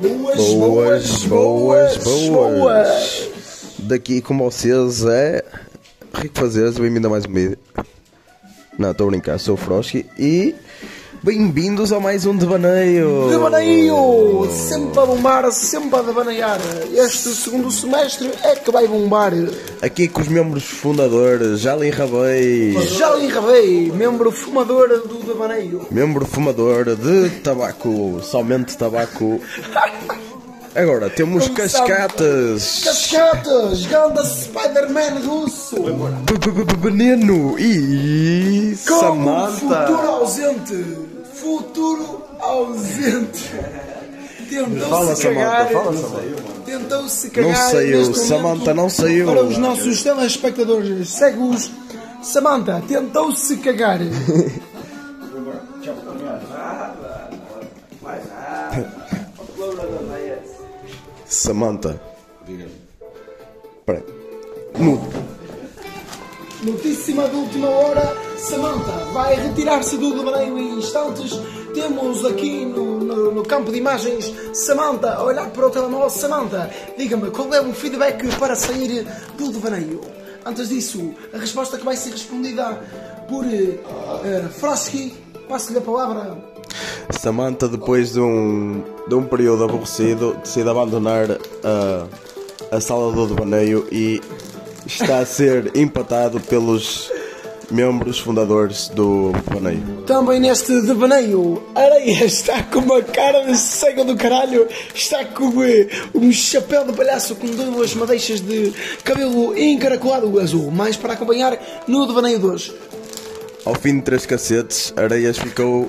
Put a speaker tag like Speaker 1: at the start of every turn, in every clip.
Speaker 1: Boas, boas, boas, boas. Daqui com vocês é Rico Fazeres, bem-vindo a mais um vídeo. Não, estou a brincar, sou o Frosky e bem-vindos a mais um Devaneio.
Speaker 2: Devaneio! Sempre a bombar, sempre a devanear. Este segundo semestre é que vai bombar.
Speaker 1: Aqui com os membros fundadores, Jalim Rabei,
Speaker 2: Jali Rabei, membro fumador do devaneio.
Speaker 1: membro fumador de tabaco, somente tabaco. Agora temos
Speaker 2: Começamos.
Speaker 1: cascatas,
Speaker 2: Cascatas, ganda Spider-Man russo.
Speaker 1: b- b- b- veneno e
Speaker 2: Como um futuro
Speaker 1: Samantha.
Speaker 2: ausente. Futuro ausente.
Speaker 1: Fala,
Speaker 2: Tentou-se
Speaker 1: Samantha,
Speaker 2: cagar.
Speaker 1: fala,
Speaker 2: Tentou-se cagar.
Speaker 1: saiu,
Speaker 2: neste momento
Speaker 1: Samantha, não saiu.
Speaker 2: Para os nossos telespectadores cegos, Samantha tentou-se cagar.
Speaker 1: Samantha. Espera. No
Speaker 2: Notíssima de última hora, Samantha vai retirar-se do devaneio em instantes. Temos aqui no, no- no campo de imagens Samantha a olhar para o telemóvel. Samantha, diga-me qual é o feedback para sair do devaneio? Antes disso, a resposta que vai ser respondida por eh, eh, Frosky, passo-lhe a palavra.
Speaker 1: Samantha, depois de um, de um período aborrecido, decide abandonar ah, a, a sala do devaneio e está a ser empatado pelos membros fundadores do devaneio.
Speaker 2: Também neste devaneio, Areia está com uma cara de cego do caralho, está com eh, um chapéu de palhaço com duas madeixas de cabelo encaracolado azul, mais para acompanhar no devaneio 2.
Speaker 1: Ao fim de três cacetes, Areias ficou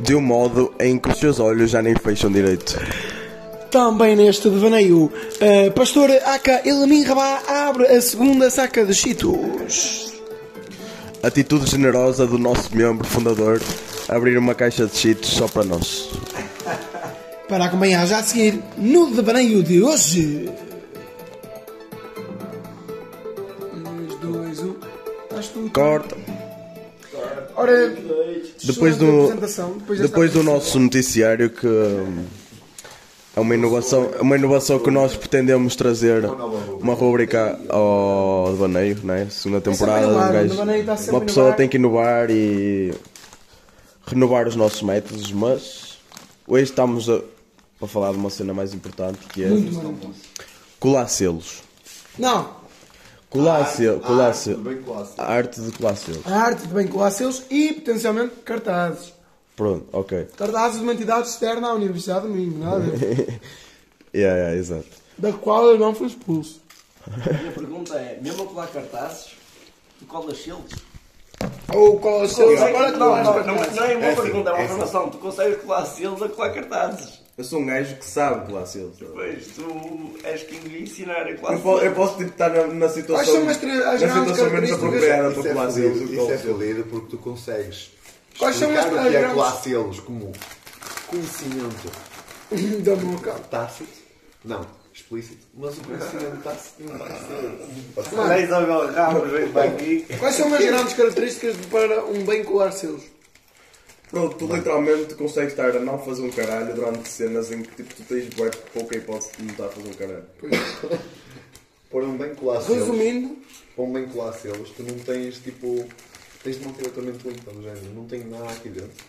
Speaker 1: de um modo em que os seus olhos já nem fecham direito.
Speaker 2: Também neste devaneio, eh, Pastor Aka Elamin Rabá abre a segunda saca de Cheetos.
Speaker 1: Atitude generosa do nosso membro fundador abrir uma caixa de cheats só para nós.
Speaker 2: Para acompanhar já a seguir no devaneio de hoje. 3, 2, 1. Estás tu?
Speaker 1: Corta!
Speaker 2: Ora, excelente
Speaker 1: Depois do,
Speaker 2: apresentação, depois desta
Speaker 1: depois do nosso noticiário que hum, é uma inovação, é uma inovação que nós pretendemos trazer uma rubrica ao devaneio, né? segunda temporada,
Speaker 2: inovar,
Speaker 1: um
Speaker 2: o
Speaker 1: gajo-
Speaker 2: Devaneio está sempre
Speaker 1: uma
Speaker 2: a
Speaker 1: pessoa
Speaker 2: inovar.
Speaker 1: tem que inovar e renovar os nossos métodos, mas hoje estamos a, a falar de uma cena mais importante que é
Speaker 2: Muito bem.
Speaker 1: colar selos.
Speaker 2: Não,
Speaker 1: Colar selo, colar selo.
Speaker 3: bem colar selo.
Speaker 1: A arte de colar selos.
Speaker 2: a arte de bem colar selos e potencialmente cartazes.
Speaker 1: Pronto, ok.
Speaker 2: Cartazes de uma entidade externa à Universidade de Minho, nada a ver,
Speaker 1: Yeah, yeah, exato.
Speaker 2: da qual eu não fui expulso.
Speaker 3: A minha pergunta é, mesmo a colar cartazes, tu colas selos?
Speaker 2: Ou
Speaker 1: é
Speaker 2: colar selos agora que
Speaker 3: não,
Speaker 2: não.
Speaker 3: não, não é uma pergunta, é uma afirmação. Tu consegues colar selos a colar cartazes.
Speaker 1: Eu sou um gajo que sabe colar selos.
Speaker 3: Pois, tu és quem lhe ensinar
Speaker 4: Ah,
Speaker 3: a colar
Speaker 1: Eu po-
Speaker 3: selos.
Speaker 1: eu posso tipo, estar na, na
Speaker 2: Quais são
Speaker 1: situação,
Speaker 2: as três- as
Speaker 1: na
Speaker 2: grandes
Speaker 1: situação menos
Speaker 2: características?
Speaker 1: apropriada para tipo,
Speaker 4: Isso
Speaker 1: colar
Speaker 4: é,
Speaker 1: selos. eu
Speaker 4: fodido, isso é
Speaker 1: colo selos.
Speaker 4: fodido porque tu consegues
Speaker 2: Quais são
Speaker 4: explicar
Speaker 2: as-
Speaker 4: o que
Speaker 2: as
Speaker 4: é
Speaker 2: grandes-
Speaker 4: colar selos como conhecimento
Speaker 2: Da boca.
Speaker 4: tácito, não, explícito, mas o conhecimento tácito não está selos.
Speaker 3: Mas é Isabel Ramos, vem para aqui.
Speaker 2: Quais são as grandes características para um bem colar selos?
Speaker 1: Pronto, tu literalmente tu consegues estar a não fazer um caralho durante cenas em que tipo, tu tens bué pouca hipótese de não estar a fazer um caralho.
Speaker 4: Para um bem colar selos,
Speaker 2: Resumindo,
Speaker 4: para um bem colar selos, tu não tens tipo, tens de manter a tua mente limpa do género, não tem nada aqui dentro.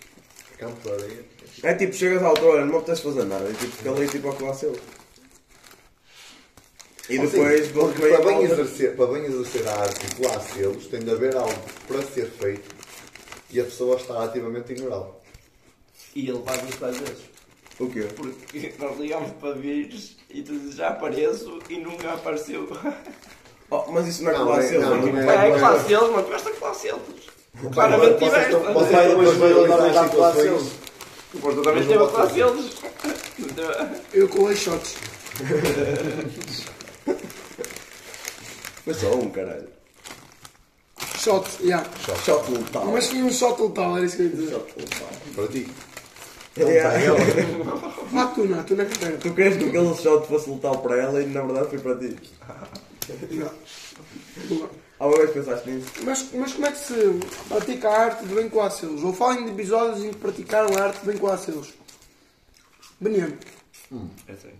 Speaker 4: Campo de areia.
Speaker 1: É tipo, chegas à altura, não me apetece fazer nada, e tipo, fica ali tipo a colar selos. E
Speaker 4: Ou
Speaker 1: depois,
Speaker 4: seja,
Speaker 1: quando
Speaker 4: Ah, porque
Speaker 1: vem a
Speaker 4: para, bem
Speaker 1: malta-
Speaker 4: exercer, para bem exercer a arte de colar selos, tem de haver algo para ser feito e a pessoa está ativamente a ignorá-lo.
Speaker 3: E ele faz isto às vezes.
Speaker 1: O quê?
Speaker 3: Porque nós ligámos para vires e tu dizes, já apareço e nunca apareceu.
Speaker 1: Oh, mas isso não é
Speaker 4: Não,
Speaker 1: colar
Speaker 4: é-
Speaker 1: selos,
Speaker 4: não,
Speaker 1: é tipo-
Speaker 4: não
Speaker 3: É,
Speaker 4: mas-
Speaker 3: colar selos, mas gosta de colar selos. Claramente
Speaker 4: Vocês
Speaker 3: tiveste.
Speaker 4: estão- vocês estão a generalizar as situações.
Speaker 3: Mas tu também
Speaker 4: Mas não
Speaker 3: esteve a
Speaker 4: pode
Speaker 3: colar
Speaker 4: ser.
Speaker 3: selos.
Speaker 2: eu colei shots.
Speaker 1: Foi só um caralho.
Speaker 2: Shots, yeah.
Speaker 1: Shot letal.
Speaker 2: Mas tinha um shot letal, era isso que eu ia dizer.
Speaker 4: Para ti. tá-
Speaker 1: Yeah.
Speaker 2: Ah, tu não, tu não é que perde.
Speaker 1: Tu queres que aquele shot fosse letal para ela e na verdade foi para ti.
Speaker 2: Boa.
Speaker 1: Alguma vez pensaste nisso?
Speaker 2: Mas, mas como é que se pratica a arte de bem coar selos? Ou falem de episódios em que praticaram a arte de bem coar selos? Beneno.
Speaker 3: É sério.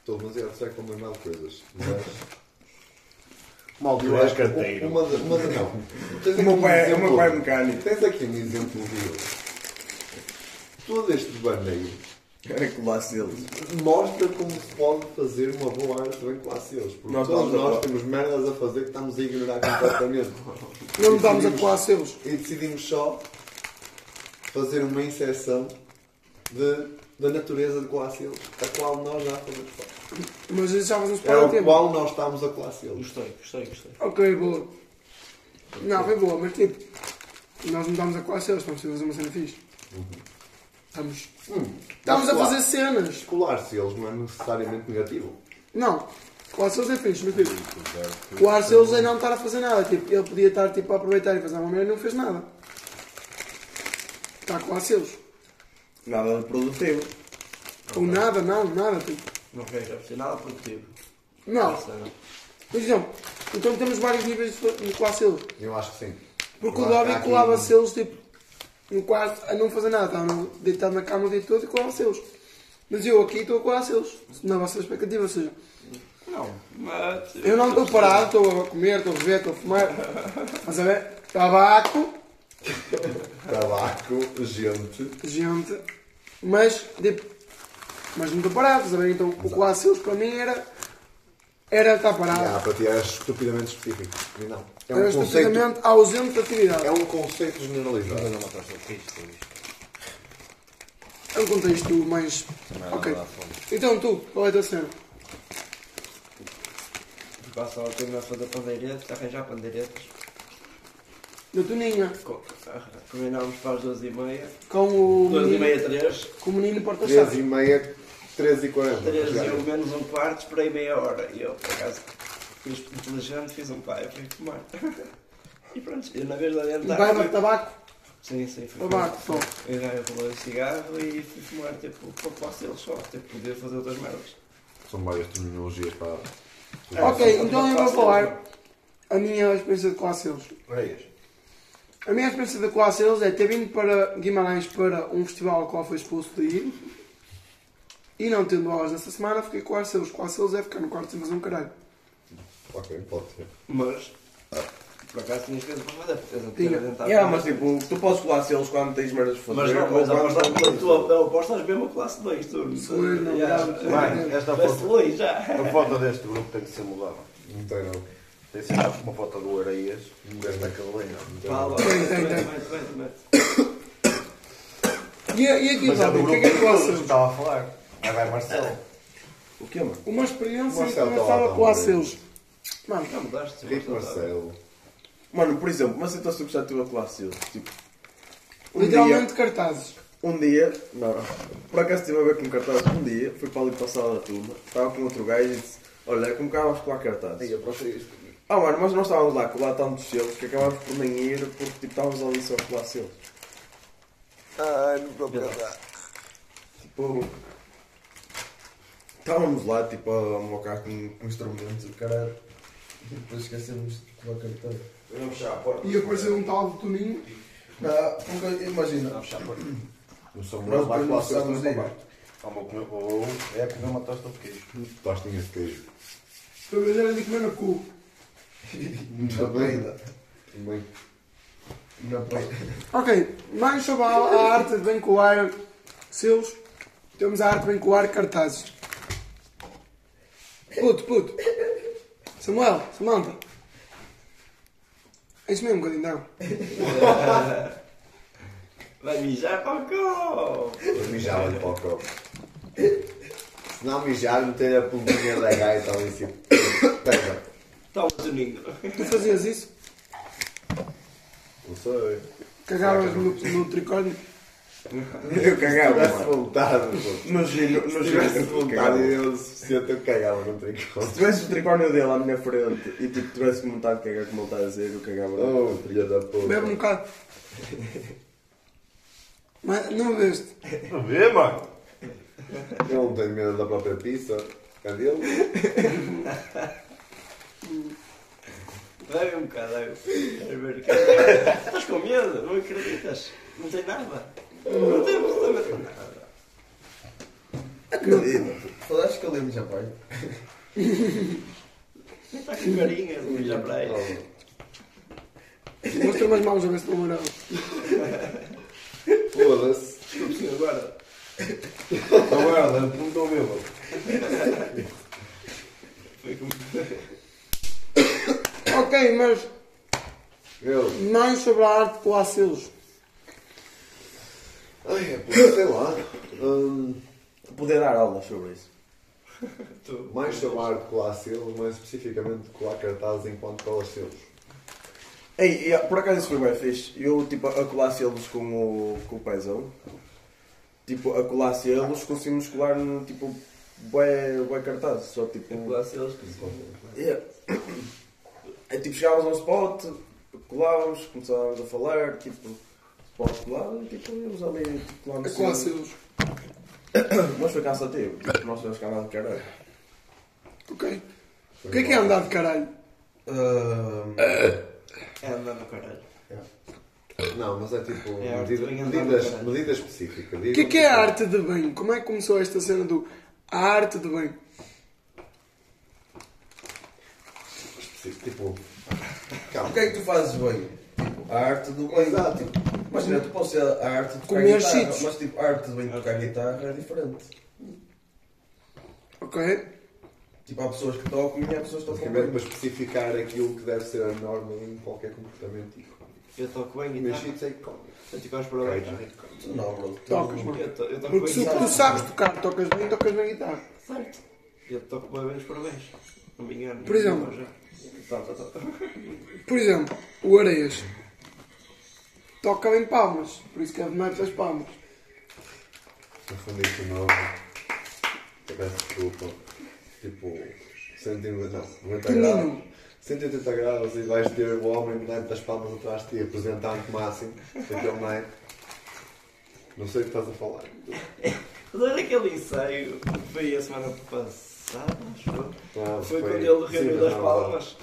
Speaker 4: Estou demasiado sério com lembrar de coisas. Mas.
Speaker 1: Uma
Speaker 4: Eu
Speaker 1: altura
Speaker 4: acho
Speaker 1: és
Speaker 4: que
Speaker 1: carteiro.
Speaker 4: uma, das- uma das- não. Tens
Speaker 1: O meu
Speaker 4: aqui um
Speaker 1: pai- o
Speaker 4: exemplo.
Speaker 1: meu pai é mecânico.
Speaker 4: Tens aqui um exemplo vivo. Todo este devaneio
Speaker 3: É
Speaker 1: Era que lá se eles.
Speaker 4: mostra como se pode fazer uma boa arte bem com a seus. Porque
Speaker 1: Nós
Speaker 4: todos
Speaker 1: estamos a
Speaker 4: nós
Speaker 1: falar.
Speaker 4: temos merdas a fazer que estamos a ignorar completamente.
Speaker 5: Não estamos a colar seus.
Speaker 4: E decidimos só fazer uma inserção de, da natureza de coacelos, a qual nós já fazemos parte.
Speaker 5: Mas isso já um fazemos
Speaker 4: É
Speaker 5: para o
Speaker 4: o
Speaker 5: tempo.
Speaker 4: qual nós estamos a coacelos.
Speaker 3: Gostei, gostei, gostei.
Speaker 5: Ok, boa. Não, foi boa, mas tipo, nós não estamos a colar seus, estamos a fazer uma cena fixe.
Speaker 4: Uhum.
Speaker 5: Estamos,
Speaker 4: Tá
Speaker 5: estamos a fazer cenas.
Speaker 4: Colar-se-eles não é necessariamente negativo.
Speaker 5: Não, colar seus é fixe, mas tipo, colar seus é não estar a fazer nada. Tipo, ele podia estar tipo, a aproveitar e fazer uma merda e não fez nada. Está a colar seus.
Speaker 1: Nada de produtivo.
Speaker 5: Ou nada, não, nada. Tipo.
Speaker 3: Não quero oferecer nada produtivo.
Speaker 5: Não,
Speaker 3: Essa não.
Speaker 5: por exemplo, então temos vários níveis de fa- de colar seus.
Speaker 4: Eu acho que sim.
Speaker 5: Porque
Speaker 4: Eu
Speaker 5: o
Speaker 4: acho que há
Speaker 5: Dobby
Speaker 4: aqui-
Speaker 5: colava selos tipo no quarto a não fazer nada, estava no- deitado na cama o dia todo e colava selos. Mas eu aqui estou a colar selos, na vossa expectativa, ou seja,
Speaker 3: Não, mas.
Speaker 5: eu não estou parado, estou a comer, estou a beber, estou a fumar, mas a ver, tabaco,
Speaker 4: Tabaco, gente.
Speaker 5: gente, mas tipo, mas não estou parado, estás a ver? Então o colar selos para mim era, era estar
Speaker 4: Ah,
Speaker 5: parado,
Speaker 4: para ti era estupidamente específico. E não. É
Speaker 5: era
Speaker 4: um conceito,
Speaker 5: estupidamente ausente de atividade.
Speaker 4: é um conceito generalizado.
Speaker 5: É um contexto mais.
Speaker 4: é
Speaker 5: Ok. Então tu, qual é a tua cena?
Speaker 3: Passa o tempo a fazer pandeiretes, arranjar pandeiretes.
Speaker 5: Da Toninha.
Speaker 3: Co- Combinámos para as 12h30.
Speaker 5: com o
Speaker 3: 12h30,
Speaker 5: menino,
Speaker 3: 3.
Speaker 5: com o menino porta
Speaker 4: 3
Speaker 5: chaves
Speaker 4: e meia, 3 e 40.
Speaker 3: 3 e um menos um quarto, esperei meia hora. E eu, por acaso, fiz inteligente, fiz um pai, fui fumar. E pronto, eu na vez de
Speaker 5: e
Speaker 3: adiantar.
Speaker 5: baiba de
Speaker 3: fui-
Speaker 5: tabaco,
Speaker 3: Sim, sim, fui fumar.
Speaker 5: tabaco Um só.
Speaker 4: É,
Speaker 3: Eu já rolei o cigarro e fui fumar, tipo, para posso ele só, tipo, poder fazer outras merdas.
Speaker 4: São várias terminologias para.
Speaker 5: Ok, então eu vou falar a minha experiência de Coacelos. A minha experiência de Coacelos é ter vindo para Guimarães para um festival ao qual fui expulso de ir e não tendo aulas nessa semana fiquei com Coacelos. Coacelos é ficar no quarto sem fazer um caralho.
Speaker 4: Ok, pode ser.
Speaker 3: Mas, por acaso tinhas coisas para fazer, é porque tens a
Speaker 5: Tinha.
Speaker 3: ter adiantado.
Speaker 1: Yeah, mas tipo, tu podes colar selos quando tens merdas de fazer.
Speaker 3: Mas não, mas apostas, mas tu apostas mesmo a classe 2, tu.
Speaker 5: Seguro, não,
Speaker 3: Já,
Speaker 5: não, não.
Speaker 6: Vai, esta
Speaker 3: Classe
Speaker 6: foto,
Speaker 3: 2, já.
Speaker 6: a foto deste grupo tem que ser mudada.
Speaker 4: Não Então, tem não.
Speaker 6: Tem que ser uma foto do Areias, um gajo da Carolina.
Speaker 3: Fala,
Speaker 5: Tem, tem, tem.
Speaker 3: mete, mete, mete.
Speaker 5: E, e aqui,
Speaker 6: Mas é
Speaker 5: Dobby,
Speaker 6: do
Speaker 5: o
Speaker 6: grupo
Speaker 5: que é que é
Speaker 6: que eu
Speaker 5: Coacelos?
Speaker 6: estava a falar. Ah, vai Marcelo.
Speaker 1: O quê, mano?
Speaker 5: Uma experiência que
Speaker 4: Marcelo, tá lá,
Speaker 5: começava
Speaker 4: tá
Speaker 5: com
Speaker 4: lá.
Speaker 5: Coacelos. Mano,
Speaker 3: Já mudaste,
Speaker 4: Rico
Speaker 3: já mudaste.
Speaker 4: Marcelo.
Speaker 1: Mano, por exemplo, uma situação que já tive a colar selos. Tipo, um
Speaker 5: literalmente
Speaker 1: dia-
Speaker 5: cartazes.
Speaker 1: Um dia, não, por acaso tive a ver com cartazes. Um dia, fui para ali para a sala da turma, estava com outro gajo e disse: Olha, é como cá vamos colar cartazes?
Speaker 4: eu posso isto.
Speaker 1: Ah, mano, mas nós estávamos lá a colar tantos selos que acabámos por nem ir porque tipo, estávamos ali só a colar selos.
Speaker 4: Ai, não vou pensar.
Speaker 1: Tipo. Estávamos lá, tipo, a mocar com, com instrumentos, o caralho. E depois esquecemos de colar cartazes. Eu não fechar a porta.
Speaker 5: E apareceu um tal de Toninho.
Speaker 1: Ah, porque, imagina.
Speaker 4: Não sou
Speaker 1: Nós
Speaker 4: muito mais
Speaker 1: depois
Speaker 4: classe,
Speaker 1: começamos
Speaker 4: mas
Speaker 1: a ir.
Speaker 4: não vai.
Speaker 6: Ah, vou comer- Ou é comer uma tosta de queijo.
Speaker 4: Hum. Tostinha de queijo.
Speaker 5: Para ver era de comer no cu.
Speaker 4: Também. Também.
Speaker 1: Não, pois.
Speaker 5: Ok, mais sobre a, a arte de bem coar selos. Temos a arte de bem coar cartazes. Puto, puto. Samuel, Samanta. É isso mesmo, bocadinho, não.
Speaker 3: Vai mijar para o colo.
Speaker 4: Eu mijava-lhe para o copo. Se não mijar, meter a pulguinha da gaita ali em cima. Pega.
Speaker 3: Toma, Toninho.
Speaker 5: Tu fazias isso?
Speaker 4: Não sei.
Speaker 5: Cagavas no, no tricórnio?
Speaker 1: Eu cagava,
Speaker 4: Tivesse
Speaker 1: mano.
Speaker 4: vontade, pô.
Speaker 1: No gino, no
Speaker 4: Se
Speaker 1: gino,
Speaker 4: tivesse
Speaker 1: eu
Speaker 4: vontade,
Speaker 1: cagava.
Speaker 4: eu suficiente, eu cagava no tricô.
Speaker 1: Se tivesse o tricórnio dele à minha frente e tipo, tivesse vontade de cagar como ele está a dizer, eu cagava.
Speaker 4: Oh, filha da puta.
Speaker 5: Bebe um bocado. Mas não bebeste.
Speaker 6: Não vê, mano?
Speaker 4: Ele não tem medo da própria pizza. É dele?
Speaker 3: Deve um bocado, deve. Quero ver. quero ver. Estás com medo? Não acreditas? Não tem nada. Não tem absolutamente nada.
Speaker 7: Acredito. Falaste que eu lembro já página.
Speaker 3: Nem está com carinha de mijar para aí.
Speaker 5: Mostra umas mãos a ver se não morão.
Speaker 4: Foda-se.
Speaker 3: Agora,
Speaker 7: Aguarda, não estou mesmo.
Speaker 3: foi como.
Speaker 5: Ok, mas
Speaker 4: Meu.
Speaker 5: mais sobre a arte do Acelos.
Speaker 4: Ai, é, pô, sei lá. Hum,
Speaker 7: Poder dar aulas sobre isso.
Speaker 3: Tu.
Speaker 4: mais sobre a arte de colar selo, mais especificamente de colar cartazes enquanto colas selos.
Speaker 7: Ei, e, ah, por acaso isso foi bem fixe. Eu, tipo, a colar selos com o, com o paizão. Tipo, a colar selos conseguimos colar, no, tipo, bué, bué cartaz. Só, tipo...
Speaker 3: selos que se
Speaker 7: É. É, tipo, chegávamos a um spot, colávamos, começávamos a falar, tipo... Spot colava e, tipo, íamos ali, tipo, colávamos... selos. Mas foi cansativo. Tipo, nós tivemos que andar de caralho.
Speaker 5: Ok. O que é que é andar de caralho?
Speaker 3: É andar no caralho.
Speaker 4: Não, mas é tipo
Speaker 3: É a arte
Speaker 4: medida-
Speaker 3: de bem andar no
Speaker 4: medidas,
Speaker 3: caralho.
Speaker 4: medidas específicas.
Speaker 5: O que é que é a arte de bem? Como é que começou esta cena do a arte de bem?
Speaker 4: Tipo,
Speaker 7: O que é que tu fazes bem? Tipo, a arte do bem.
Speaker 4: Exato.
Speaker 7: Tipo, imagina, tu podes ser a arte de tocar
Speaker 5: Comer
Speaker 7: guitarra,
Speaker 5: cheetos.
Speaker 7: mas tipo, a arte do bem de tocar guitarra é diferente.
Speaker 5: Ok?
Speaker 7: Tipo, há pessoas que tocam e há pessoas que tocam
Speaker 4: basicamente
Speaker 7: bem.
Speaker 4: para especificar aquilo que deve ser a norma em qualquer comportamento icónico.
Speaker 3: Eu toco bem
Speaker 7: Ah.
Speaker 4: Mas
Speaker 3: guitarra.
Speaker 4: cheats é icónico.
Speaker 3: Eu te gosto para baixo.
Speaker 7: Tu não, bro. Tu-
Speaker 5: Tocas, mano.
Speaker 3: Eu to- eu toco bem
Speaker 5: Porque se tu
Speaker 3: guitarra.
Speaker 5: sabes tocar, tocas bem, tocas bem guitarra.
Speaker 3: Certo. Eu toco bem bem para baixo. Não me engano.
Speaker 5: Por exemplo.
Speaker 3: Já.
Speaker 7: Tá, tá, tá.
Speaker 5: Por exemplo, o Areias toca bem palmas, por isso que é de mais as palmas.
Speaker 4: Confundi com o nome. Peço desculpa. Tipo, 190, não, 90 graus. 180 graus e vais ter o homem dentro das palmas atrás de ti, apresentar-te máximo, daquele night. é. Não sei o que estás a falar.
Speaker 3: Olha aquele ensaio que foi a semana passada, acho eu.
Speaker 4: Ah,
Speaker 3: Foi quando ele
Speaker 4: sim,
Speaker 3: reuniu das
Speaker 4: não,
Speaker 3: palmas.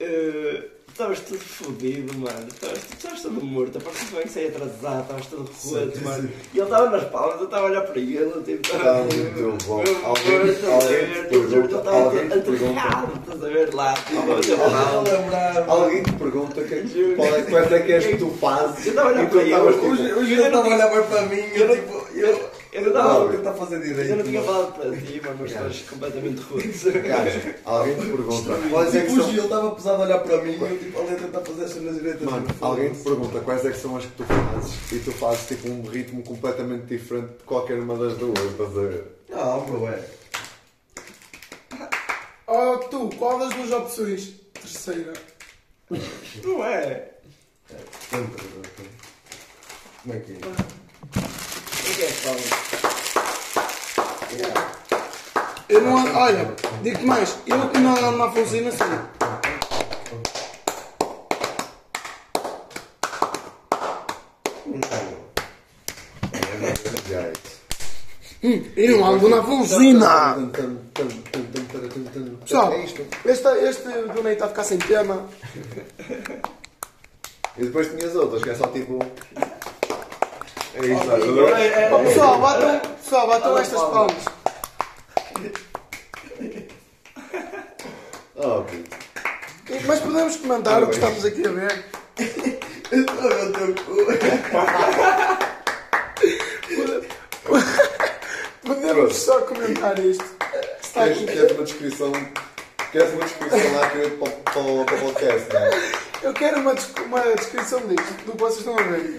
Speaker 3: Eh, Estavas tudo fodido, mano. Estavas tu estavas todo morto. A partir do bem que saí atrasado, estavas todo roto, mano. E ele estava nas palmas, eu estava a olhar para ele, tipo,
Speaker 4: Estava
Speaker 3: estava
Speaker 4: muito bom.
Speaker 3: morto,
Speaker 4: Alguém-
Speaker 3: morto, estás a
Speaker 4: alguém
Speaker 3: ver?
Speaker 4: te
Speaker 3: Eu juro que
Speaker 4: pergunta-
Speaker 3: eu estava
Speaker 4: alguém te
Speaker 3: todo
Speaker 4: pergunta.
Speaker 3: aterrado, estás a ver lá, tipo, a olhar para ele.
Speaker 4: Alguém te pergunta que, qual é, quais é que és que tu fazes
Speaker 3: Eu estava a
Speaker 4: e
Speaker 3: olhar
Speaker 4: tu
Speaker 3: para
Speaker 4: estavas
Speaker 3: ele.
Speaker 4: tipo,
Speaker 7: Hoje, hoje ele estava a olhar bem para mim e eu tipo, eu.
Speaker 3: Eu não
Speaker 7: Ah, o
Speaker 3: estava.
Speaker 7: que está a fazer direito?
Speaker 3: Eu não tinha falado para ti, mano, mas estavas completamente roto.
Speaker 4: gajo, alguém te pergunta quais é que
Speaker 7: Tipo,
Speaker 4: são...
Speaker 7: hoje ele estava pesado a olhar para mim e eu tipo, ali a tentar fazer as cenas direitas.
Speaker 4: Mano,
Speaker 7: tipo,
Speaker 4: alguém te pergunta quais é que são as que tu fazes e tu fazes tipo um ritmo completamente diferente de qualquer uma das duas, estás a ver?
Speaker 7: Não, bro, é.
Speaker 5: Oh, tu, qual das duas opções? Terceira.
Speaker 3: Não é?
Speaker 7: Sempre, bro. Como é que é?
Speaker 3: O que é que falas?
Speaker 5: Eu não. Olha, digo mais, eu que não ando numa Afonso sei.
Speaker 4: Já é isso.
Speaker 5: E não ando na Afonso Pessoal,
Speaker 4: É isto.
Speaker 5: este, este donate está a ficar sem tema.
Speaker 4: E depois tinhas outras que é só tipo. É isso, estás a
Speaker 3: Agora
Speaker 4: ver?
Speaker 3: é- é-
Speaker 5: Oh, pessoal, batam, pessoal, batam estas palmas.
Speaker 4: Oh, puto.
Speaker 5: Mas podemos comentar o que estamos aqui a ver. Podemos só comentar isto. Está
Speaker 4: Queres,
Speaker 5: aqui.
Speaker 4: queres uma descrição? Queres uma descrição lá que eu- para para- para o podcast, não é?
Speaker 5: Eu quero uma, des- uma descrição disto, do que vocês estão a ver.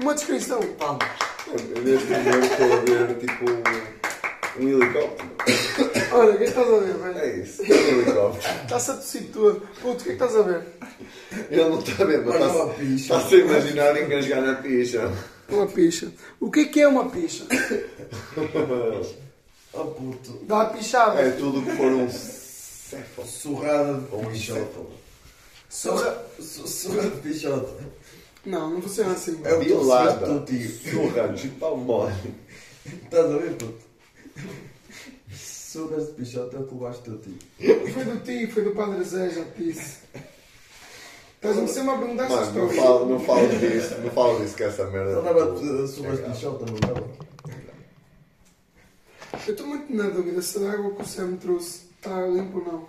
Speaker 5: Uma descrição.
Speaker 4: Neste momento estou a ver tipo um helicóptero.
Speaker 5: Olha, o que é que estás a ver, velho?
Speaker 4: É isso, um helicóptero.
Speaker 5: Está-se a tossir todo. Puto, o que é que estás a ver?
Speaker 4: Ele não está a ver, mas
Speaker 7: Olha
Speaker 4: está-se
Speaker 7: lá a picha.
Speaker 4: está-se a imaginar engasgar na picha.
Speaker 5: Uma picha. O que é que é uma picha?
Speaker 7: Oh puto,
Speaker 5: Dá a pichada.
Speaker 4: É tudo que for um céfalo.
Speaker 7: surrada de
Speaker 4: Ou um
Speaker 7: pichota.
Speaker 4: enxofalo.
Speaker 7: Surra- su- Surra de pichota.
Speaker 5: Não, não funciona assim.
Speaker 7: É o teu
Speaker 4: um Bilada. tipo
Speaker 7: certo, tio.
Speaker 4: Surra de palmole.
Speaker 7: Estás a ver, puto? Se eu gajo de pichota, eu é que gosto do ti.
Speaker 5: Foi do ti, foi do Padre Zé, já te disse. Estás-me sempre a perguntar se
Speaker 4: Mano, não
Speaker 5: estou.
Speaker 4: falo, não falo disso, não falo disso que essa merda. é
Speaker 7: Ele dava de subas
Speaker 8: É,
Speaker 7: de pichota, não dava?
Speaker 5: Eu estou muito na dúvida se a água que o Sam trouxe está limpa ou não.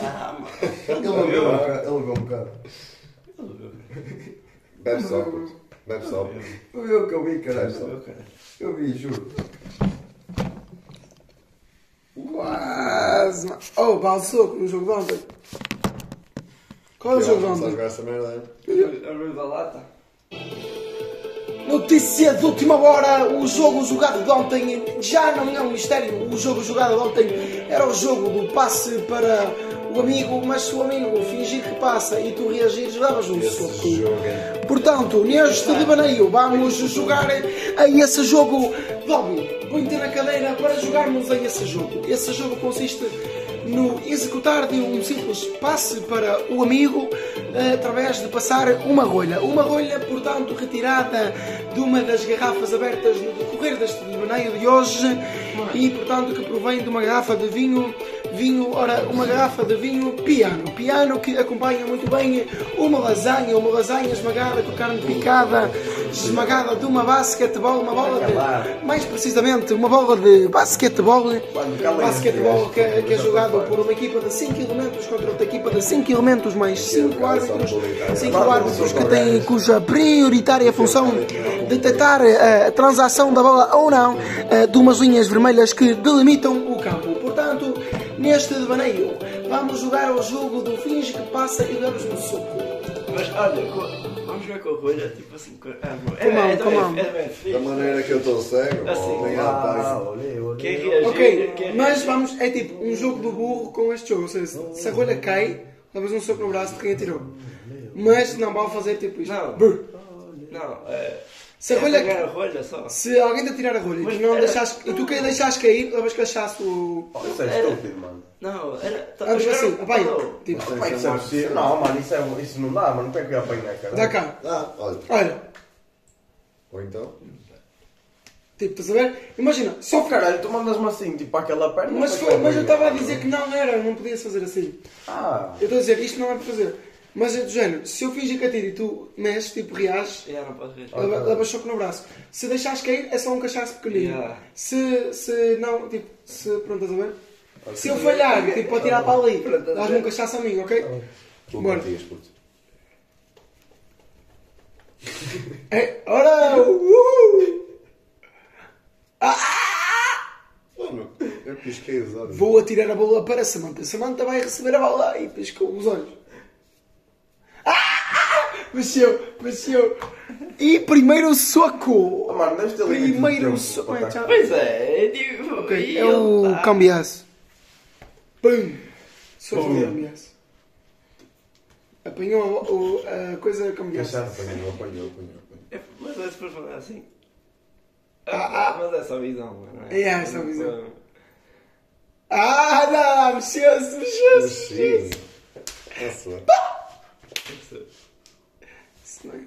Speaker 3: Ah, mano.
Speaker 7: Ele bebeu
Speaker 8: né?
Speaker 7: um bocado. Ele bebeu um bocado.
Speaker 4: Bebe só, puto. Bebe só. puto.
Speaker 7: Não viu o que eu vi, caralho?
Speaker 3: Meu caralho.
Speaker 7: Eu vi, juro.
Speaker 5: Quase, mano. Oh, balsou no jogo de ontem. Qual é o
Speaker 4: Eu
Speaker 5: jogo de
Speaker 4: não sei
Speaker 5: ontem?
Speaker 4: jogar essa merda.
Speaker 3: Abriu da lata.
Speaker 5: Notícia de última hora, o jogo jogado de ontem já não é um mistério. O jogo jogado de ontem era o jogo do passe para o amigo, mas se o amigo fingir que passa e tu reagires, davas um
Speaker 4: Esse
Speaker 5: soco.
Speaker 4: jogo é.
Speaker 5: Portanto, neste devaneio vamos jogar a esse jogo. Dobby, põe-te na cadeira para jogarmos a esse jogo. Esse jogo consiste no executar de um simples passe para o amigo eh, através de passar uma rolha. Uma rolha, portanto, retirada de uma das garrafas abertas no decorrer deste devaneio de hoje e, portanto, que provém de uma garrafa de vinho vinho, ora, uma garrafa de vinho piano. Piano que acompanha muito bem uma lasanha, uma lasanha esmagada com carne picada, esmagada de uma basquetebol, uma bola de. Mais precisamente, uma bola de basquetebol. Basquetebol que, que é jogado por uma equipa de 5 elementos contra outra equipa de 5 elementos, mais 5 árbitros. 5 árbitros que têm cuja prioritária função detectar a transação da bola ou não eh, de umas linhas vermelhas que delimitam o campo. Portanto, neste devaneio, vamos jogar ao jogo do finge que passa e damos um soco.
Speaker 3: Mas olha, co- vamos jogar com a rolha, tipo assim. com- Ah, mano. É,
Speaker 5: Com mão,
Speaker 3: é,
Speaker 5: com mão.
Speaker 3: é, é, bem fixe.
Speaker 4: Da maneira que eu estou cego,
Speaker 3: Assim,
Speaker 4: nem há
Speaker 7: É Ah,
Speaker 4: paz.
Speaker 7: olhei,
Speaker 3: Quem
Speaker 7: olhei.
Speaker 3: reagir,
Speaker 5: Ok,
Speaker 3: quem
Speaker 5: mas vamos. É tipo um jogo do burro com este jogo. Ou seja, se a rolha cai, levas um soco no braço de quem atirou. Mas não vale fazer tipo isto.
Speaker 3: Não. Não, é.
Speaker 5: Se a
Speaker 3: é
Speaker 5: rolha
Speaker 3: pegar a rolha só.
Speaker 5: Se alguém te tirar a rolha
Speaker 3: Mas
Speaker 5: mas não
Speaker 3: era-
Speaker 5: deixares, e tu que deixares cair, levas cachaço.
Speaker 3: Oh,
Speaker 8: Isso é estúpido, mano.
Speaker 3: Não, era. tá-
Speaker 5: Ah, tipo assim,
Speaker 3: era-
Speaker 5: apanha.
Speaker 3: Não.
Speaker 5: Tipo,
Speaker 8: Como é que isso é possível? Não, mano, isso, é, isso não dá, mano. Tem que apanhar, cara.
Speaker 5: dá cá.
Speaker 4: Ah, olha.
Speaker 5: Olha,
Speaker 4: Ou então.
Speaker 5: tipo, estás a ver? Imagina, só
Speaker 8: Só
Speaker 5: ficar.
Speaker 8: caralho, tu mandas-me assim, tipo, àquela perna.
Speaker 5: Mas,
Speaker 8: para
Speaker 5: foi,
Speaker 8: aquela
Speaker 5: mas eu
Speaker 8: perna.
Speaker 5: estava a dizer que não era, não podia fazer assim.
Speaker 8: Ah,
Speaker 5: Eu estou a dizer, isto não é para fazer. Mas é do género, se eu fingir que atiro e tu mexes, tipo, reages,
Speaker 3: Já não pode reagir.
Speaker 5: leva- levas soco no braço. Se deixares cair, é só um cachaço pequenino.
Speaker 3: Yeah.
Speaker 5: Se, se não, tipo, se. Pronto, estás a ver? Se eu falhar, tipo, atirar para ali,
Speaker 7: Pronto,
Speaker 5: dás-me um cachaço a mim, ok?
Speaker 4: Tu
Speaker 5: Bora.
Speaker 4: batias, puto.
Speaker 5: É, ora! Uhul!
Speaker 4: Mano, eu pisquei os olhos.
Speaker 5: Vou atirar a bola para Samantha. Samantha vai receber a bola e piscou os olhos. Ah! Mexeu, mexeu. E primeiro soco.
Speaker 8: Ah, mano, deve ter limite de
Speaker 5: Primeiro
Speaker 8: tempo
Speaker 5: soco.
Speaker 8: para
Speaker 5: É,
Speaker 8: atacar.
Speaker 5: tchau.
Speaker 3: Pois é, é tipo.
Speaker 5: Ok,
Speaker 3: e
Speaker 5: é o
Speaker 3: ele tá-
Speaker 5: cambiaço. Pum. Soco
Speaker 3: Uhum.
Speaker 5: de cambiaço. Apanhou a, o- a coisa cambiaço.
Speaker 4: Apanhou, apanhou, apanhou. apanhou.
Speaker 3: É, Mas é depois falar assim. Ah, mas é só visão, mano.
Speaker 5: É, é só visão. Ah, não, mexeu-se, mexeu-se.
Speaker 4: Sim. Nossa.
Speaker 5: Isso não é.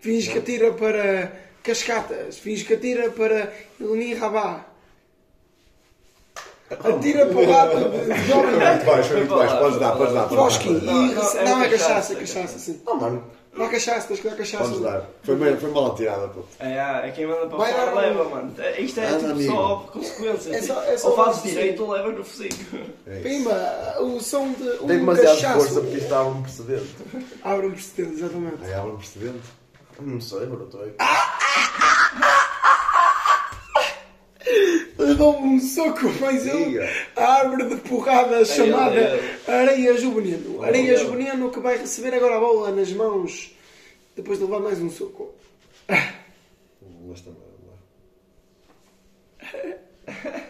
Speaker 5: Finge que atira para cascatas, finge que atira para Eleni Rabá. Atira para o lado de Jovem
Speaker 4: Muito baixo, muito baixo. Podes dar, podes dar. podes dar,
Speaker 5: Trotsky e
Speaker 4: podes dar.
Speaker 3: não, é
Speaker 5: não é cachaça,
Speaker 3: cachaça,
Speaker 5: é cachaça, sim.
Speaker 4: Não, mano.
Speaker 5: Dá cachaça, tens que dar cachaça.
Speaker 4: Podes dar. Foi mal, foi mal atirada, puto.
Speaker 3: É, é, é quem manda para
Speaker 5: Vai
Speaker 3: fora
Speaker 5: lá,
Speaker 3: leva, mano. É, Isto é
Speaker 4: Anda,
Speaker 3: tipo
Speaker 4: amigo.
Speaker 3: só consequências.
Speaker 5: É só-
Speaker 3: tipo,
Speaker 5: é só
Speaker 3: ou
Speaker 5: o
Speaker 3: fazes
Speaker 5: focinho.
Speaker 3: direito ou leva no focinho.
Speaker 5: Pimba, o som de um
Speaker 8: Tem demasiado força
Speaker 5: cachaço.
Speaker 8: porque isto estava um precedente.
Speaker 5: Abre um precedente, exatamente.
Speaker 4: Aí abre um precedente.
Speaker 8: Não sei, bro, estou aí.
Speaker 5: Levou-me um soco, mas ele.
Speaker 4: Diga.
Speaker 5: A árvore de porrada chamada
Speaker 3: é
Speaker 5: Areia Juvenino. Areia Juvenino que vai receber agora a bola nas mãos depois de levar mais um soco.
Speaker 4: Lá está, lá.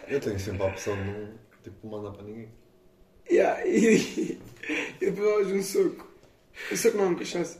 Speaker 4: Eu tenho sempre a opção de não tipo, mandar para ninguém.
Speaker 5: Yeah, e, e depois mais um soco. Um soco não, um cachaça.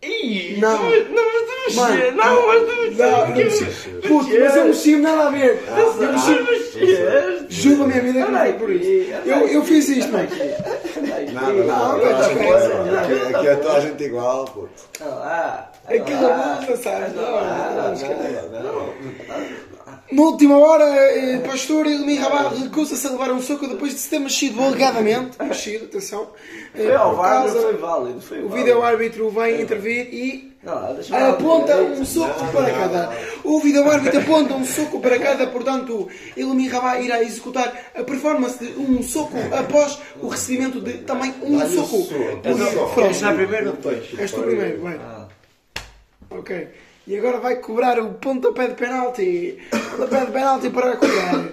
Speaker 3: Ih,
Speaker 5: Não.
Speaker 3: tu- não, mas tu mexer. Não, mas não mexer.
Speaker 5: Puto, mas é? Ah, eu mexi-me nada a ver. Eu
Speaker 3: Não
Speaker 5: mexi
Speaker 3: mexer.
Speaker 5: Juro a minha vida que
Speaker 3: Anda
Speaker 5: não foi por
Speaker 3: aqui,
Speaker 5: isso.
Speaker 3: anda
Speaker 5: Eu, eu fiz isto, mano.
Speaker 3: aqui.
Speaker 4: Nada,
Speaker 5: Não,
Speaker 4: nada.
Speaker 5: mas tá bem,
Speaker 4: Aqui aqui é toda a gente igual, pô.
Speaker 3: Olha lá.
Speaker 5: Aquilo é
Speaker 3: Olha lá.
Speaker 5: não passava. Ah,
Speaker 3: Olha lá.
Speaker 5: Na última hora, eh, Pastor Elmir Rabar recusa-se a levar um soco depois de se ter mexido alegadamente. Mexido, atenção. eh,
Speaker 3: Foi ao
Speaker 5: por
Speaker 3: VAR, não
Speaker 5: causa-
Speaker 3: foi válido. Foi
Speaker 5: O é um
Speaker 3: válido.
Speaker 5: vídeo-árbitro vem intervir e
Speaker 3: Não, Ah, lá, deixa eu ver.
Speaker 5: aponta um soco para cada. O vídeo-árbitro aponta um soco para cada, portanto, Elmi Rabá irá executar a performance de um soco após o recebimento de também um
Speaker 4: Dá-lhe o
Speaker 5: soco.
Speaker 4: soco.
Speaker 5: por
Speaker 4: Então,
Speaker 5: Frost.
Speaker 3: primeiro depois?
Speaker 5: És tu
Speaker 3: é.
Speaker 5: primeiro, vai.
Speaker 3: Ah.
Speaker 5: Ok. E agora vai cobrar o pontapé de penalti. Pontapé de penalti para cobrar.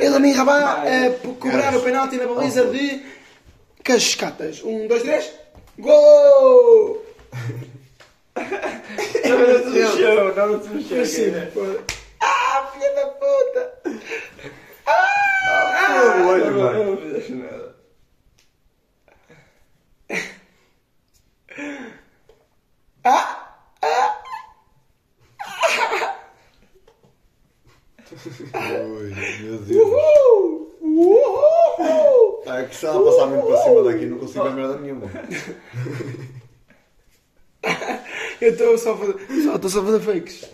Speaker 5: Elmi Rabá a p- cobrar o penalti na baliza de Cascatas. Um, dois, três. Gol!
Speaker 3: Não, não se mexeu, não se mexeu.
Speaker 5: Mas sim,
Speaker 3: cara.
Speaker 5: pô.
Speaker 3: Ah, filha da puta! Ah,
Speaker 4: o olho,
Speaker 3: não,
Speaker 4: mano.
Speaker 3: Não fizeste nada.
Speaker 4: Ui, meu Deus.
Speaker 5: Uhul!
Speaker 4: É que se ela passar mesmo para cima daqui, não consigo ver merda nenhuma.
Speaker 5: Eu estou só a fazer. Só, estou só a fazer fakes.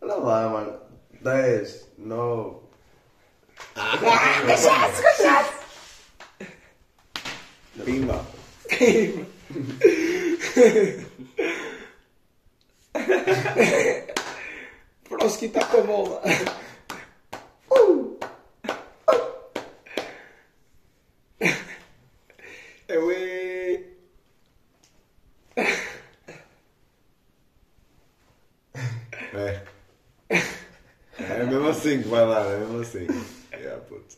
Speaker 8: Olha lá, mano. 10, 9. Ah, cachaço, cachaço!
Speaker 5: Prosky está com a bola.
Speaker 4: Eu e. É. É mesmo assim que vai lá, é mesmo assim. Yeah, puto.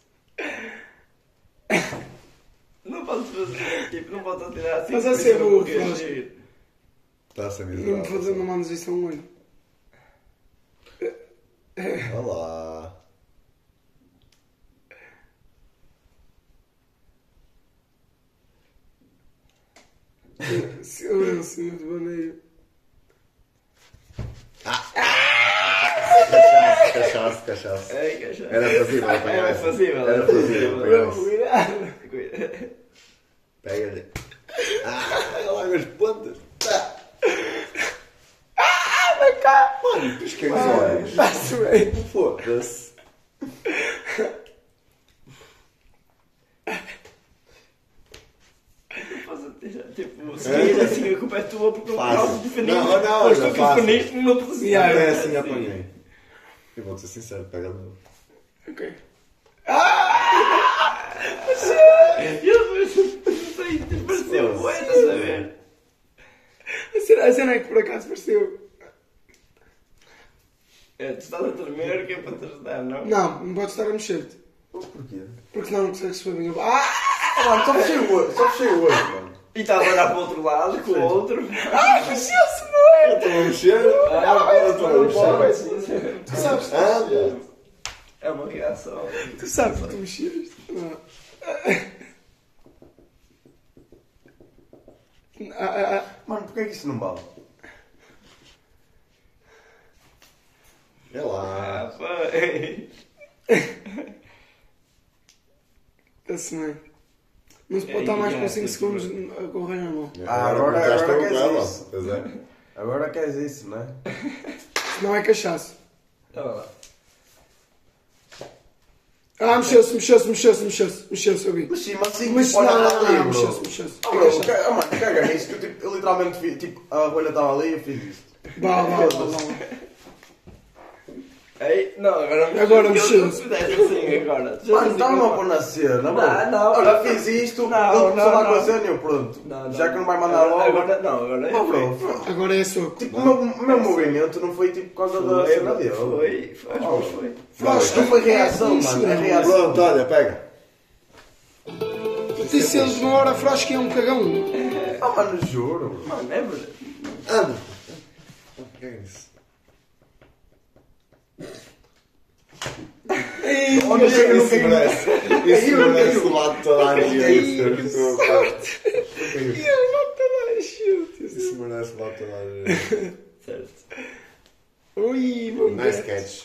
Speaker 3: Não posso fazer, tipo, não posso atirar assim.
Speaker 5: Mas a
Speaker 3: porque
Speaker 5: ser
Speaker 3: eu
Speaker 5: burro,
Speaker 3: não quero
Speaker 5: mas-
Speaker 3: ir.
Speaker 4: Está a ser
Speaker 5: Não me fazer
Speaker 4: Tá miserável. assim.
Speaker 5: uma manutenção um olho.
Speaker 4: Olha lá.
Speaker 5: Silêncio no devaneio.
Speaker 4: Cachaço, cachaço, cachaço.
Speaker 3: Ai, cachaça.
Speaker 4: Era fazível
Speaker 3: É,
Speaker 4: apanhar
Speaker 3: Era
Speaker 4: essa.
Speaker 3: fazível.
Speaker 4: Era fazível apanhar essa.
Speaker 3: Cuidado. Cuidado.
Speaker 4: Pega-lhe. Ah, olha lá as plantas. Tá. Mano, pisquei os olhos.
Speaker 5: Está-se bem.
Speaker 4: Foda-se.
Speaker 3: Não posso atirar, tipo, se cair assim a culpa é tua porque eu não
Speaker 4: Fácil.
Speaker 3: posso defender.
Speaker 4: Não, não,
Speaker 3: Mas tu
Speaker 4: já
Speaker 3: que
Speaker 4: fácil.
Speaker 3: defendeste numa
Speaker 4: E
Speaker 3: posição.
Speaker 4: até assim apanhei. Eu vou ser sincero, pega-lhe.
Speaker 5: Ok.
Speaker 3: E eu depois, não sei, tipo, pareceu bué, estás a ver?
Speaker 5: A cena, a cena é que por acaso pareceu.
Speaker 3: É, tu estás a tremer que é para te ajudar, não?
Speaker 5: Não, não podes estar a mexer-te.
Speaker 8: Porquê?
Speaker 5: Porque senão não consegues saber bem. Ah!
Speaker 8: Ah, mano, só fechei o olho, só fechei o olho, mano.
Speaker 3: E estás a olhar para o outro lado, com o outro.
Speaker 5: Ah, mexeu-se no olho!
Speaker 4: Estou a mexer?
Speaker 3: Ah, Não pode, sim, sim.
Speaker 5: Tu sabes,
Speaker 4: Ah, Anda.
Speaker 3: É uma reação.
Speaker 5: tu sabes que tu mexeste. Não. Ah, ah, ah.
Speaker 8: Mano, porquê é que isso não vale?
Speaker 4: É lá.
Speaker 3: Ah, foi.
Speaker 5: Está-se bem. Não se pode
Speaker 3: É,
Speaker 5: estar mais
Speaker 3: é,
Speaker 5: com 5
Speaker 3: é,
Speaker 5: segundos a correr na mão.
Speaker 4: Е,
Speaker 8: Ah, agora-
Speaker 4: estás
Speaker 8: agora
Speaker 4: tão
Speaker 8: queres
Speaker 4: bela.
Speaker 8: isso.
Speaker 4: Pois é.
Speaker 8: Agora queres isso, não é?
Speaker 5: Não é cachaço.
Speaker 3: Olha lá.
Speaker 5: Ah, mexeu-se, mexeu-se, mexeu-se, mexeu-se, mexeu-se, eu vi.
Speaker 8: Mas sim, mas assim,
Speaker 5: Mas
Speaker 8: tipo,
Speaker 5: não,
Speaker 8: olha
Speaker 5: não,
Speaker 8: ali,
Speaker 5: não,
Speaker 8: bro.
Speaker 5: mexeu-se, mexeu-se.
Speaker 8: Ah, bro, ca- ah, mano, caga nisso, que eu, tipo, eu literalmente fiz, tipo, a rolha estava ali e eu fiz isto.
Speaker 5: Vá, vá, vá, vá.
Speaker 3: Ei, não, agora mexeu.
Speaker 5: Agora
Speaker 3: Eu-
Speaker 5: mexeu.
Speaker 3: eu fizeste assim agora. Tu já
Speaker 8: Mano,
Speaker 3: fizeste
Speaker 8: estava-me a
Speaker 3: assim.
Speaker 8: pôr na cena,
Speaker 3: Não,
Speaker 8: mano.
Speaker 3: não.
Speaker 8: Olha, fiz isto,
Speaker 3: Não,
Speaker 8: não começou
Speaker 3: não,
Speaker 8: lá com
Speaker 3: não.
Speaker 8: a cena e eu pronto.
Speaker 3: Não, não.
Speaker 8: Já que não vai
Speaker 3: Eh,
Speaker 8: mandar logo.
Speaker 3: Agora não, agora é
Speaker 8: Não, bro,
Speaker 3: foi.
Speaker 8: foi-
Speaker 5: Agora é soco.
Speaker 8: Tipo, o meu, o meu movimento não foi tipo por causa da cena dele.
Speaker 3: Foi, foi, foi, foi.
Speaker 5: Frost,
Speaker 8: Não foi reação, mano, é reação.
Speaker 4: Pronto, olha, pega.
Speaker 5: Disse eles uma hora, Frost, que é um cagão.
Speaker 8: Ah, mano, juro.
Speaker 3: Mano, é verdade.
Speaker 4: Anda. Pega nisso.
Speaker 8: Olha, eu
Speaker 4: Isso
Speaker 8: nunca conheço.
Speaker 4: merece. Isso merece do Ами, lado de toda a gente. Isso
Speaker 8: Sorte.
Speaker 4: isso-
Speaker 5: Ele não está a
Speaker 4: isso merece lá toda a.
Speaker 3: Certo. Ui, bom
Speaker 4: Nice
Speaker 3: gato.
Speaker 4: catch.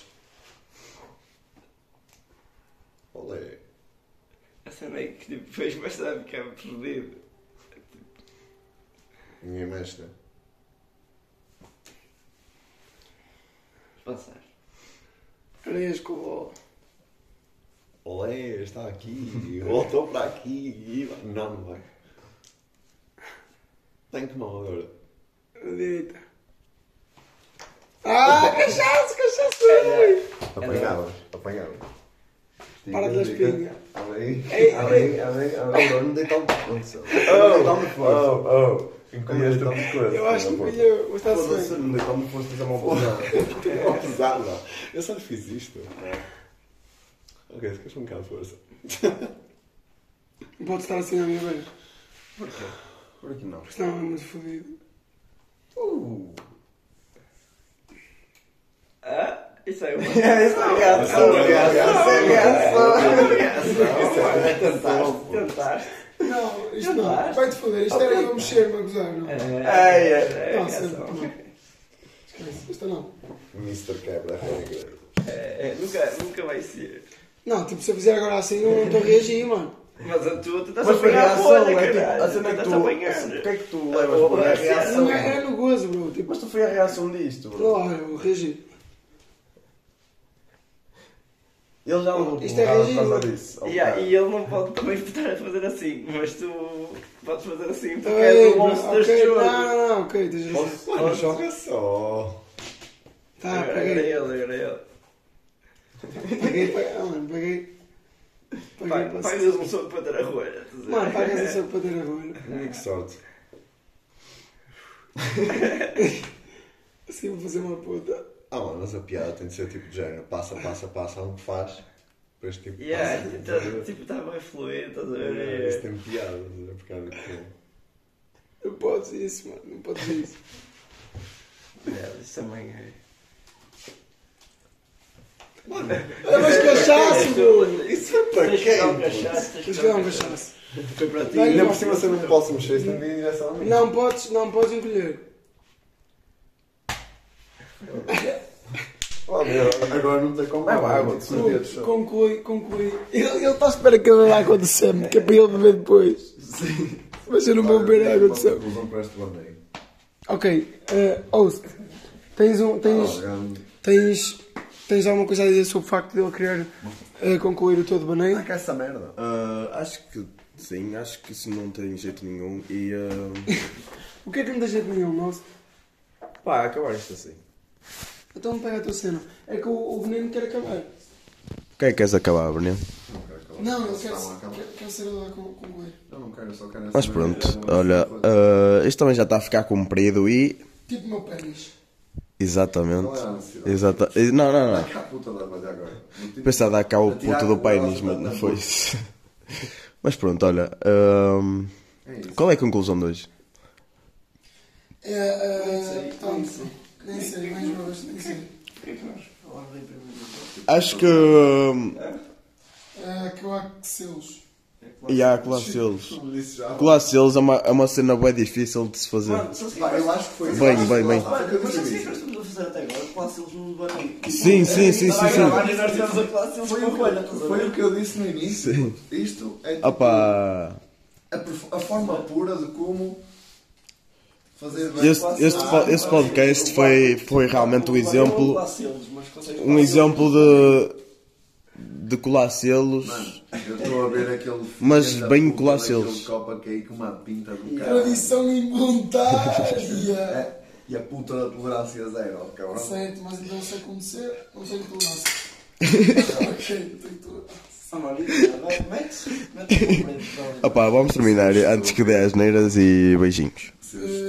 Speaker 4: Olé.
Speaker 3: A cena é que tipo, depois vais a ficar perdido.
Speaker 4: Minha mestra.
Speaker 3: Passar. Três com o bola.
Speaker 4: Olé, está aqui. Voltou para aqui. e vai- Não, não vai. Tem que mão agora.
Speaker 5: Direita. Ah, cachaça, cachaça!
Speaker 4: Apanhava. Apanhava.
Speaker 5: Para da espinha.
Speaker 4: Além,
Speaker 5: Ei,
Speaker 4: além, além, além, não dei tanto força.
Speaker 8: Não dá-me força.
Speaker 4: oh, oh. Encolheste tanto força.
Speaker 5: Eu acho que o Pinheiro está
Speaker 8: Foda-se,
Speaker 5: sonho.
Speaker 8: não dei tão força a mão pesada.
Speaker 4: É uma pesada. Eu só lhe fiz isto. Ok, se queres um bocado de força.
Speaker 5: Não pode estar assim na minha vez.
Speaker 8: Por aqui não.
Speaker 5: porque Senão é muito fodido.
Speaker 3: Ah, isso é uma.
Speaker 8: Isso é gato, isso é gato, isso é
Speaker 3: é Tentaste, tentaste.
Speaker 5: Não, isto
Speaker 3: Eu não
Speaker 5: não.
Speaker 3: acho.
Speaker 5: Vai-te foder. Isto era eu mexer, uma gozar, não.
Speaker 3: É,
Speaker 8: é.
Speaker 3: é,
Speaker 5: Não,
Speaker 3: é
Speaker 5: sempre
Speaker 3: só.
Speaker 5: não. Esquece. Isto não.
Speaker 4: Mr. Quebra Regra.
Speaker 3: É, é, nunca, nunca vai ser.
Speaker 5: Não, tipo, se eu fizer agora assim, eu não estou a reagir, mano.
Speaker 3: Mas a tua, tu estás a
Speaker 8: Mas foi a
Speaker 3: apanhar a
Speaker 8: reação,
Speaker 3: folha,
Speaker 8: é tipo,
Speaker 3: caralho.
Speaker 8: a cena que
Speaker 3: Estás
Speaker 8: tu.
Speaker 3: a
Speaker 8: O que
Speaker 3: apanhar.
Speaker 8: é que tu levas por a reação?
Speaker 5: Não é, é no gozo, bro. Tipo,
Speaker 8: Mas tu foi a reação disto,
Speaker 5: estou
Speaker 8: bro.
Speaker 5: lá, eu reagi.
Speaker 8: Ele já levou
Speaker 5: Isto é
Speaker 8: porrada por causa
Speaker 5: regime.
Speaker 8: disso. ao
Speaker 3: E, a-
Speaker 8: bocado.
Speaker 3: e ele não pode também estar a fazer assim, mas tu podes fazer assim porque
Speaker 5: Ei,
Speaker 3: és o
Speaker 5: bro,
Speaker 3: monstro deste
Speaker 5: ok,
Speaker 3: jogo.
Speaker 5: Não, não, ok, tens razão.
Speaker 4: Mano, joga só.
Speaker 5: Tá,
Speaker 3: Era era
Speaker 5: paguei.
Speaker 3: ele, era ele.
Speaker 5: Paguei, paguei. Ah, mano, paguei. Paguei,
Speaker 3: Pai,
Speaker 5: passei.
Speaker 3: pai, um soco para ter a rolha. estás a ver?
Speaker 5: Mano, pagas essa padeira agora.
Speaker 4: Minha que sorte.
Speaker 5: Assim vou fazer uma puta.
Speaker 4: Ah, mano, mas a piada tem de ser tipo de género. Passa, passa, passa, um que faz. Depois tipo.
Speaker 3: Yeah,
Speaker 4: passa,
Speaker 3: então, tipo, estava a fluir, estás a
Speaker 4: É,
Speaker 3: ver?
Speaker 4: Isso tem piada, é por causa que.
Speaker 5: Não podes isso, mano. Não podes isso.
Speaker 3: É, Isso também é.
Speaker 5: Levas cachaço, bro.
Speaker 4: Isso é para
Speaker 3: Tens que dar um
Speaker 4: quem?
Speaker 3: cachaço, tens que
Speaker 5: Tens que
Speaker 3: dar
Speaker 5: dar
Speaker 3: um
Speaker 5: um
Speaker 3: cachaço.
Speaker 5: cachaço.
Speaker 3: Foi para ti.
Speaker 5: Dá-lhe
Speaker 4: Ainda
Speaker 5: uma
Speaker 4: por cima se eu não posso mexer, isto tem de ir em direção né? a mim.
Speaker 5: Não podes, não podes encolher.
Speaker 4: Oh, meu, agora não tem como.
Speaker 8: Leva água, com os dedos. só.
Speaker 5: Conclui, conclui. Ele ele está à espera que eu vá acontecer, que é para ele beber depois.
Speaker 8: Sim.
Speaker 5: Mas eu não vou beber água de
Speaker 4: céu.
Speaker 5: samba. Ok, eh, host, tens um. Tens, tens, tens alguma coisa a dizer sobre o facto de ele querer eh, concluir o teu debaneio?
Speaker 8: Que é essa merda?
Speaker 1: Ah, acho que sim, acho que isso não tem jeito nenhum. E ah,
Speaker 5: O que é que não dá jeito nenhum, host?
Speaker 1: pá, acabar isto assim.
Speaker 5: Então pega a tua cena. É que o, o veneno quer acabar.
Speaker 1: O que é que queres acabar, Bruno?
Speaker 5: Não, ele quer, quer, quer ser lá com, com ele.
Speaker 4: Eu não quero, eu só quero
Speaker 1: Mas
Speaker 4: essa
Speaker 1: pronto,
Speaker 4: merda.
Speaker 1: olha, ah, isto também já está a ficar comprido e.
Speaker 5: Tipo o meu pênis.
Speaker 1: Exatamente.
Speaker 4: Qual é a ansiedade?
Speaker 1: Exata... Não, não, não.
Speaker 4: Que a puta da velha agora. Não tive-
Speaker 1: Pensar dar cá o
Speaker 4: Atirar
Speaker 1: puto do
Speaker 4: com
Speaker 1: painis,
Speaker 4: ela,
Speaker 1: mas
Speaker 4: tá,
Speaker 1: não
Speaker 4: tá,
Speaker 1: foi
Speaker 4: tá.
Speaker 1: isso. Mas pronto, olha. ahm, qual é a conclusão de hoje?
Speaker 5: É, é, portanto, nem sei, mais uma vez, nem sei.
Speaker 4: é Tipo,
Speaker 1: Acho que. hum, ahm,
Speaker 5: É, que eu há que selos.
Speaker 1: E há
Speaker 4: tipo,
Speaker 1: Colacelos.
Speaker 4: Como disse já.
Speaker 1: Colacelos é uma, é uma cena bem difícil de se fazer.
Speaker 3: Mano, só se
Speaker 4: Pá, eu acho que foi.
Speaker 1: Bem, bem, bem.
Speaker 3: Mano, mas só se nós estamos a fazer até agora, é quase eles não levaram.
Speaker 4: é
Speaker 1: Sim, sim, sim, sim, sim.
Speaker 3: Olha, nós tivemos a classe, eles
Speaker 4: Foi
Speaker 3: com
Speaker 4: o,
Speaker 3: rolha, estás a
Speaker 4: que, foi um
Speaker 3: ver?
Speaker 4: o que eu disse no início. Isto é tipo,
Speaker 1: Opa!
Speaker 4: a, perf- a forma pura de como fazer bem
Speaker 1: Este, este, po- este podcast foi, foi realmente um exemplo.
Speaker 3: Quase eles, mas consegues
Speaker 1: Um
Speaker 3: quase eles.
Speaker 1: exemplo de. de colar selos.
Speaker 4: Eu estou a ver aquele.
Speaker 1: Mas
Speaker 4: filho da
Speaker 1: bem
Speaker 4: puta
Speaker 1: colacelos.
Speaker 4: daquele copo a cair com uma pinta do cara.
Speaker 5: Tradição involuntária!
Speaker 4: É, e a puta da tolerância zero, ó, cabrão.
Speaker 5: Certo, mas não sei acontecer, não sei intolerância. ok, não tenho intolerância.
Speaker 3: Ah, mano, vai, mete-se, mete-se para o frente, para o frente.
Speaker 1: Opa, vamos terminar antes que dê as neiras e beijinhos.
Speaker 4: Seus